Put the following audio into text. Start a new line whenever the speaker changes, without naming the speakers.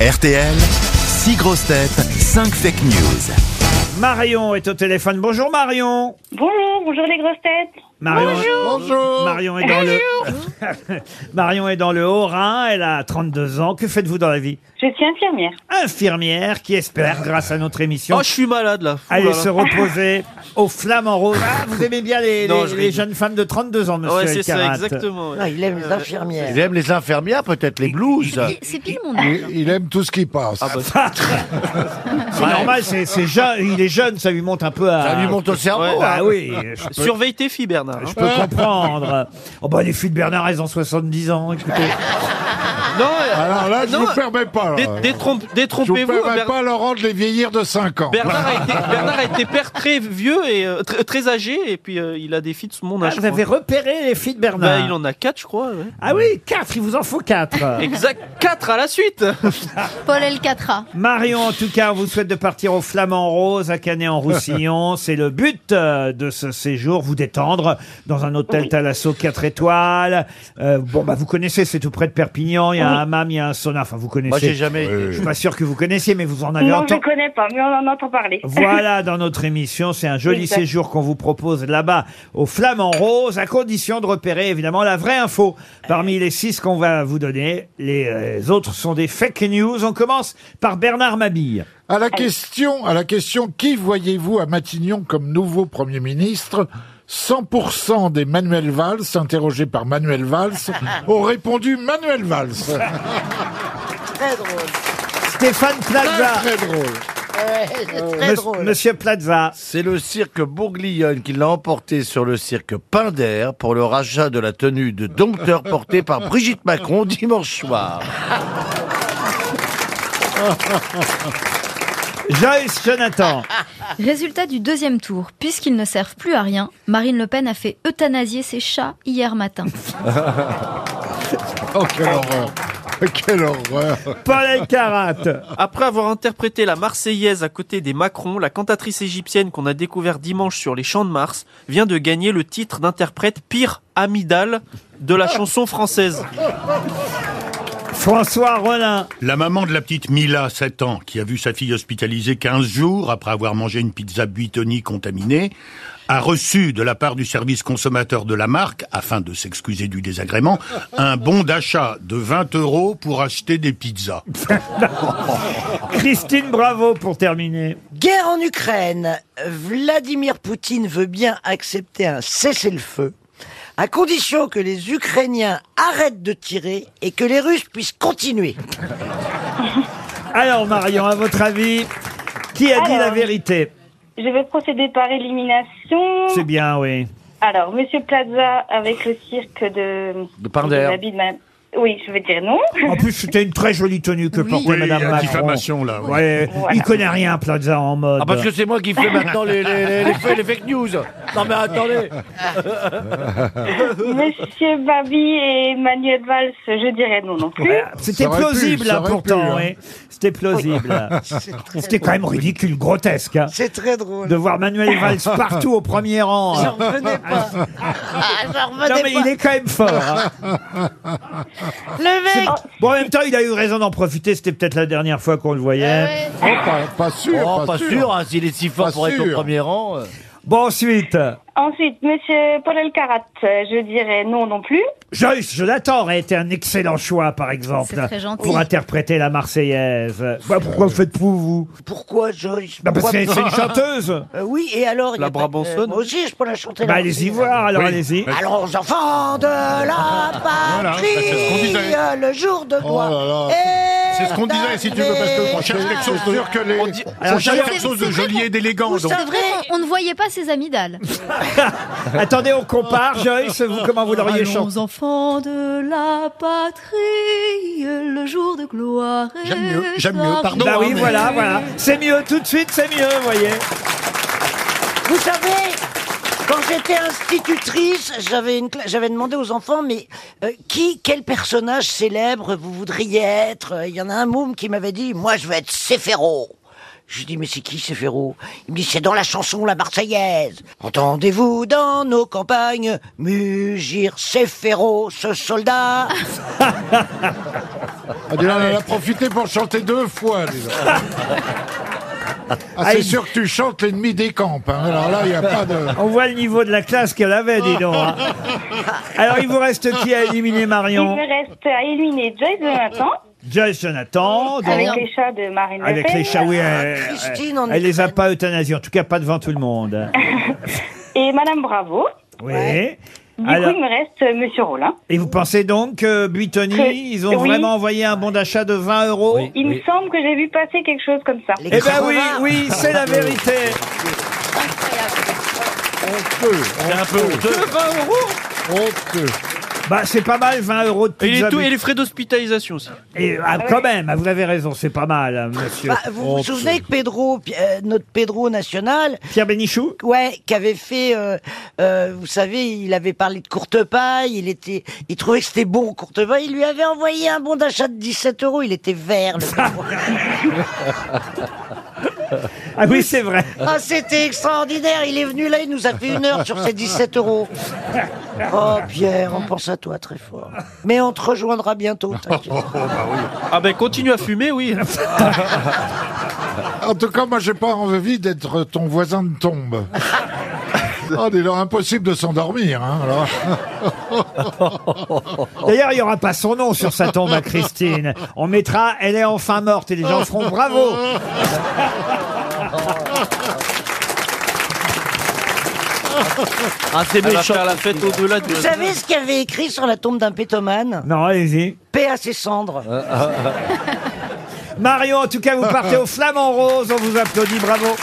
RTL, 6 grosses têtes, 5 fake news.
Marion est au téléphone. Bonjour Marion.
Bonjour, bonjour les grosses têtes.
Marion Marion est dans le Marion est dans le Haut-Rhin, elle a 32 ans. Que faites-vous dans la vie
Je suis infirmière.
Infirmière qui espère grâce à notre émission
Oh, je suis malade là.
aller
Oulala.
se reposer au flamant rose. Ah, vous aimez bien les,
Non,
les-
je
les
rigole.
jeunes femmes de 32 ans monsieur
Ouais, c'est ça,
Elkarat.
exactement. ouais.
Non, Ah, il
Euh,
aime les infirmières.
Il aime les infirmières, peut-être les blouses.
Il- C'est pile mon âge.
Il, il aime tout ce qui passe.
Ah, bah,
C'est normal, c'est c'est jeune, il est jeune, ça lui monte un peu à
Ça lui monte au cerveau.
Ouais.
hein.
Ah oui, je peux,
Surveille tes filles, Bernard. hein.
je peux comprendre. Oh bah les filles de Bernard, elles ont 70 ans, écoutez.
Non, euh,
Alors là, je
non,
vous permets pas.
dé-
là.
détrompe-
je vous
Détrompez-vous.
permets
Ber-
pas, Laurent, de les vieillir de 5 ans.
Bernard, a été, Bernard a été père très vieux et euh, très, très âgé, et puis euh, il a des filles de mon
Ah,
âge.
vous
je crois.
avez repéré les filles de
Bah,
Bernard.
il en a quatre, je crois. ouais.
Ah oui, 4, il vous en faut 4.
Exact, quatre à la suite.
Paul Elcatra.
Marion, en tout cas, on vous souhaite de partir au Flamand Rose à Canet-en-Roussillon. C'est le but euh, de ce séjour, vous détendre dans un hôtel Thalasso 4 étoiles. Euh, bon, bah, vous connaissez, c'est tout près de Perpignan. Il y a un hammam, il y a un sauna. Enfin, vous
Moi, j'ai
connaissez.
jamais.
Oui,
Je
oui.
suis pas sûr que vous connaissiez, mais vous en avez
Non, je
entendu.
ne connais pas, mais on en entend parler.
Voilà, dans notre émission, c'est un joli
Exact.
séjour qu'on vous propose là-bas au Flamand Rose, à condition de repérer évidemment la vraie info. Parmi les six qu'on va vous donner, les euh, autres sont des fake news. On commence par Bernard Mabille.
À la question, à la question, qui voyez-vous à Matignon comme nouveau Premier ministre 100% des Manuel Valls, interrogés par Manuel Valls, ont répondu Manuel Valls.
Très drôle.
Stéphane Plaza.
Très drôle.
Ouais,
Euh,
c'est très
Mons-
drôle.
Monsieur Plaza.
C'est le cirque Bourguignonne qui l'a emporté sur le cirque Pinder pour le rachat de la tenue de dompteur portée par Brigitte Macron dimanche soir.
Joyce Jonathan.
Résultat du deuxième tour. Puisqu'ils ne servent plus à rien, Marine Le Pen a fait euthanasier ses chats hier matin.
Oh, quelle horreur. Quelle horreur. Oh,
Paul Elkarat.
Après avoir interprété la Marseillaise à côté des Macron, la cantatrice égyptienne qu'on a découvert dimanche sur les Champs de Mars vient de gagner le titre d'interprète pire amidale de la chanson française.
François Rollin.
La maman de la petite Mila, 7 ans, qui a vu sa fille hospitalisée 15 jours après avoir mangé une pizza buitoni contaminée, a reçu de la part du service consommateur de la marque, afin de s'excuser du désagrément, un bon d'achat de 20 euros pour acheter des pizzas.
Christine Bravo pour terminer.
Guerre en Ukraine. Vladimir Poutine veut bien accepter un cessez-le-feu à condition que les Ukrainiens arrêtent de tirer et que les Russes puissent continuer.
Alors Marion, à votre avis, qui a dit
Alors.
la vérité
Je vais procéder par élimination.
C'est bien, oui.
Alors, Monsieur Plaza avec le cirque de...
De Pinder.
de l'habit de ma- Oui, je vais dire non.
En plus, c'était une très jolie tenue que
Oui.
portait
Oui,
Madame
à
Macron.
diffamation, là. oui.
Ouais, il connaît rien, Plaza, en mode.
Ah, parce que c'est moi qui fais maintenant les, les, les- les faits, les fake news. Non, mais attendez.
Euh.
Monsieur Babi et Manuel Valls, je dirais non non plus.
C'était
Ça aurait pu,
plausible,
ça
là,
aurait
pourtant,
pu, hein.
oui. C'était plausible. C'était quand même ridicule, grotesque, hein,
C'est très drôle.
de voir Manuel Valls partout au premier rang. hein.
J'en revenais pas. Ah, j'en
Non,
revenais
mais
pas.
il est quand même fort. hein.
Le mec.
Bon, en même temps, il a eu raison d'en profiter. C'était peut-être la dernière fois qu'on le voyait.
Oh,
Ah
pas, pas sûr.
Oh, pas
pas,
sûr, hein, s'il est si fort
Pas
pour être au
sûr.
premier rang. euh.
Bon, ensuite,
Ensuite, Monsieur Paul Elkarat, euh, je dirais non non plus.
Joyce Jonathan aurait été un excellent choix, par exemple,
C'est très gentil.
pour interpréter la Marseillaise. Bah, pourquoi vous faites pour vous
Pourquoi Joyce
Bah, Parce
Pourquoi-
que c'est une chanteuse.
Euh, Oui, et alors il y
La
a pas-
Brabançonne.
euh, Moi aussi, je peux la chanter.
Bah,
la-
allez-y voir, alors
Oui.
allez-y.
Allons enfants de la
Voilà, bah, c'est ce qu'on
patrie,
disait. Oh
le jour de gloire.
là là.
est
C'est ce qu'on disait, si tu veux, parce que on cherche quelque chose
C'est sûr que les...
On dit-
Alors,
On cherche
j'adore-
quelque chose de
c'est vrai
joli et d'élégant. donc.
C'est vrai, on, on ne voyait pas ses amygdales.
Attendez, on compare, Joyce, vous, comment vous l'auriez chanté
Aux enfants de la patrie, le jour de gloire. est
J'aime mieux, j'aime mieux, pardon,
Bah
Non,
oui,
mais-
voilà, voilà. C'est mieux, tout de suite, c'est mieux, vous voyez.
Vous savez, quand j'étais institutrice, j'avais une cla- j'avais demandé aux enfants, mais euh, qui, quel personnage célèbre vous voudriez être Il y en a un môme qui m'avait dit, moi je veux être Séphiro. Je dis, mais c'est qui ces Ferraud Il me dit, c'est dans la chanson La Marseillaise. Entendez-vous dans nos campagnes mugir ces Ferraud, ce soldat
Ah, dis donc, elle en a profité pour chanter deux fois, dis donc. Ah, c'est sûr que tu chantes l'ennemi des camps. hein. Alors là, il n'y a pas de...
On voit le niveau de la classe qu'elle avait, dis donc. hein. Alors, il vous reste qui à éliminer,
Il
Marion
me reste à éliminer Joyce Jonathan
Joyce Jonathan, donc,
avec Ah,
non.
les chats de Marine Le
avec
Pen
les chats, oui, elle,
Christine en
elle les a
Ukraine.
pas euthanasiés, en tout cas pas devant tout le monde.
et Madame Bravo.
Oui.
Du
Alors,
coup, il me reste euh, Monsieur Rollin.
et vous pensez donc que Buitoni,
Que-
ils ont
oui.
vraiment envoyé un bon d'achat de 20 euros
Il me semble que j'ai vu passer quelque chose comme ça.
Les
Eh ben oui,
80.
oui, c'est la vérité.
C'est un peu honteux.
Honteux.
Bah, c'est pas mal, 20 euros de
Et les,
pizza.
taux- et les frais d'hospitalisation aussi.
Et, ah, quand même, ah, vous avez raison, c'est pas mal, hein, monsieur.
Bah, vous vous souvenez que Pedro, Pi- euh, notre Pedro national,
Pierre Bénichou
ouais, qui avait fait, euh, euh, vous savez, il avait parlé de Courtepaille, il était, il trouvait que c'était bon Courtepaille, il lui avait envoyé un bon d'achat de 17 euros, il était vert. Le pauvre.
Ah oui, c'est vrai.
ah, c'était extraordinaire, il est venu là, il nous a fait une heure sur ces 17 euros. Oh Pierre, on pense à toi très fort. Mais on te rejoindra bientôt. t'inquiète.
Ah ben continue à fumer, oui.
En tout cas, moi, j'ai pas envie d'être ton voisin de tombe. Oh, dis donc, impossible de s'endormir. Hein, alors.
D'ailleurs, il n'y aura pas son nom sur sa tombe à Christine. On mettra « Elle est enfin morte » et les gens feront « Bravo !»
Ah, c'est méchant. faire la fête au-delà de...
Vous savez ce qu'il y avait écrit sur la tombe d'un pétomane
Non, allez-y.
Paix à ses cendres.
Marion, en tout cas, vous partez au Flamand Rose. On vous applaudit, bravo.